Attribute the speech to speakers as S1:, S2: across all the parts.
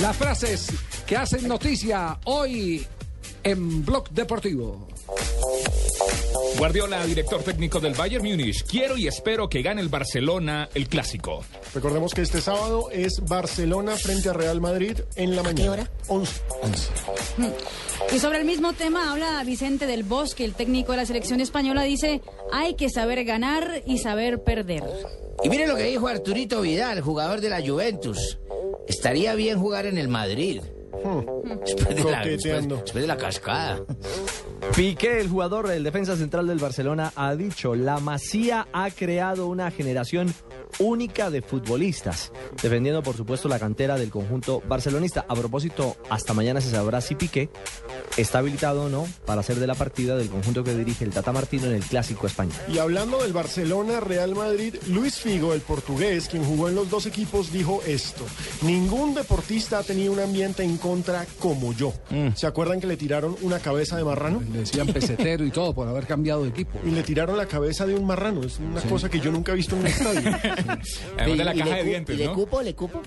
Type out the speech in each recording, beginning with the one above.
S1: Las frases que hacen noticia hoy en Blog Deportivo.
S2: Guardiola, director técnico del Bayern Múnich. Quiero y espero que gane el Barcelona el clásico.
S3: Recordemos que este sábado es Barcelona frente a Real Madrid en la mañana.
S4: qué hora?
S3: 11.
S4: Y sobre el mismo tema habla Vicente del Bosque, el técnico de la selección española, dice, hay que saber ganar y saber perder.
S5: Y miren lo que dijo Arturito Vidal, jugador de la Juventus. Estaría bien jugar en el Madrid. Después de, la, después-
S3: Coqueteando.
S5: después de la cascada.
S6: Piqué, el jugador del defensa central del Barcelona, ha dicho, la Masía ha creado una generación única de futbolistas, defendiendo por supuesto la cantera del conjunto barcelonista. A propósito, hasta mañana se sabrá si Piqué está habilitado o no para ser de la partida del conjunto que dirige el Tata Martino en el Clásico Español.
S3: Y hablando del Barcelona, Real Madrid, Luis Figo, el portugués, quien jugó en los dos equipos, dijo esto. Ningún deportista ha tenido un ambiente en contra como yo. ¿Se acuerdan que le tiraron una cabeza de marrano?
S1: Le decían pesetero y todo por haber cambiado de equipo.
S3: Y le tiraron la cabeza de un marrano. Es una cosa que yo nunca he visto en un estadio.
S2: Además de la
S7: Y- y
S2: caja
S7: le
S2: de
S7: cu-
S2: dientes,
S7: y ¿Le
S2: ¿no?
S7: cupo, le cupo?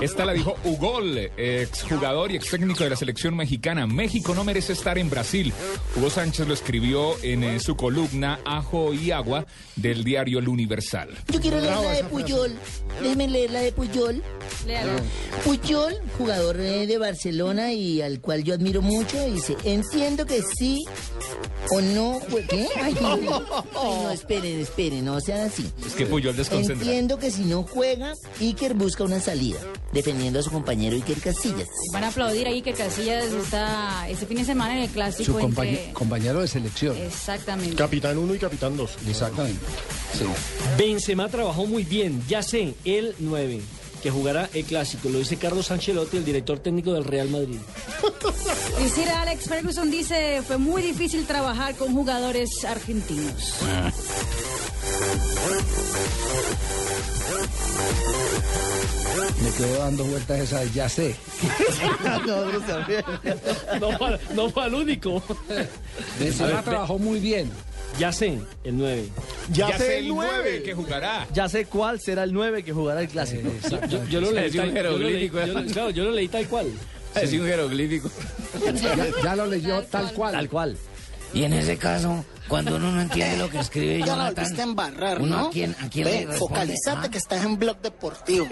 S2: Esta la dijo Ugol, exjugador y ex técnico de la selección mexicana. México no merece estar en Brasil. Hugo Sánchez lo escribió en eh, su columna Ajo y Agua del diario El Universal.
S7: Yo quiero leer
S3: Brava
S7: la de
S3: esa frase.
S7: Puyol. Déjenme leer la de Puyol.
S4: Léala.
S7: Puyol, jugador eh, de Barcelona y al cual yo admiro mucho, dice, entiendo que sí o no. fue- ¿Qué? Ay, no, Ay, no, esperen, esperen, no sean así.
S2: Es que Puyol desconcentra.
S7: Entiendo que si no juega, Iker busca una salida, defendiendo a su compañero Iker Casillas.
S4: Van a aplaudir ahí que Casillas está este fin de semana en el clásico.
S1: Su compañe-
S4: entre-
S1: compañero de selección.
S4: Exactamente.
S3: capitán 1 y capitán 2.
S1: Exactamente. Sí.
S8: Benzema trabajó muy bien, ya sé, el 9, que jugará el clásico. Lo dice Carlos Ancelotti, el director técnico del Real Madrid.
S4: Y Sir Alex Ferguson dice, fue muy difícil trabajar con jugadores argentinos.
S1: Me quedo dando vueltas esas, ya sé.
S8: No, fue- no fue el único.
S1: Benzema
S8: ve-
S1: trabajó muy bien.
S8: Ya sé, el 9.
S3: Ya,
S2: Ya sé el
S3: nueve.
S2: 9 que jugará.
S6: Ya sé cuál será el 9 que jugará el Clásico.
S8: Yo, yo lo leí
S5: Es un
S8: tal yo lo leí-
S5: jeroglífico.
S8: yo lo- claro, yo lo leí tal cual.
S5: Es un jeroglífico.
S1: Ya, ya lo leyó tal cual.
S6: Tal cual.
S5: Y en ese caso, cuando uno no entiende lo que escribe
S9: Ya la volviste a
S5: Jonathan,
S9: embarrar,
S5: uno
S9: ¿no?
S5: a quién, a quién
S9: Ve,
S5: le responde,
S9: focalizate
S5: ah.
S9: que estás en blog deportivo.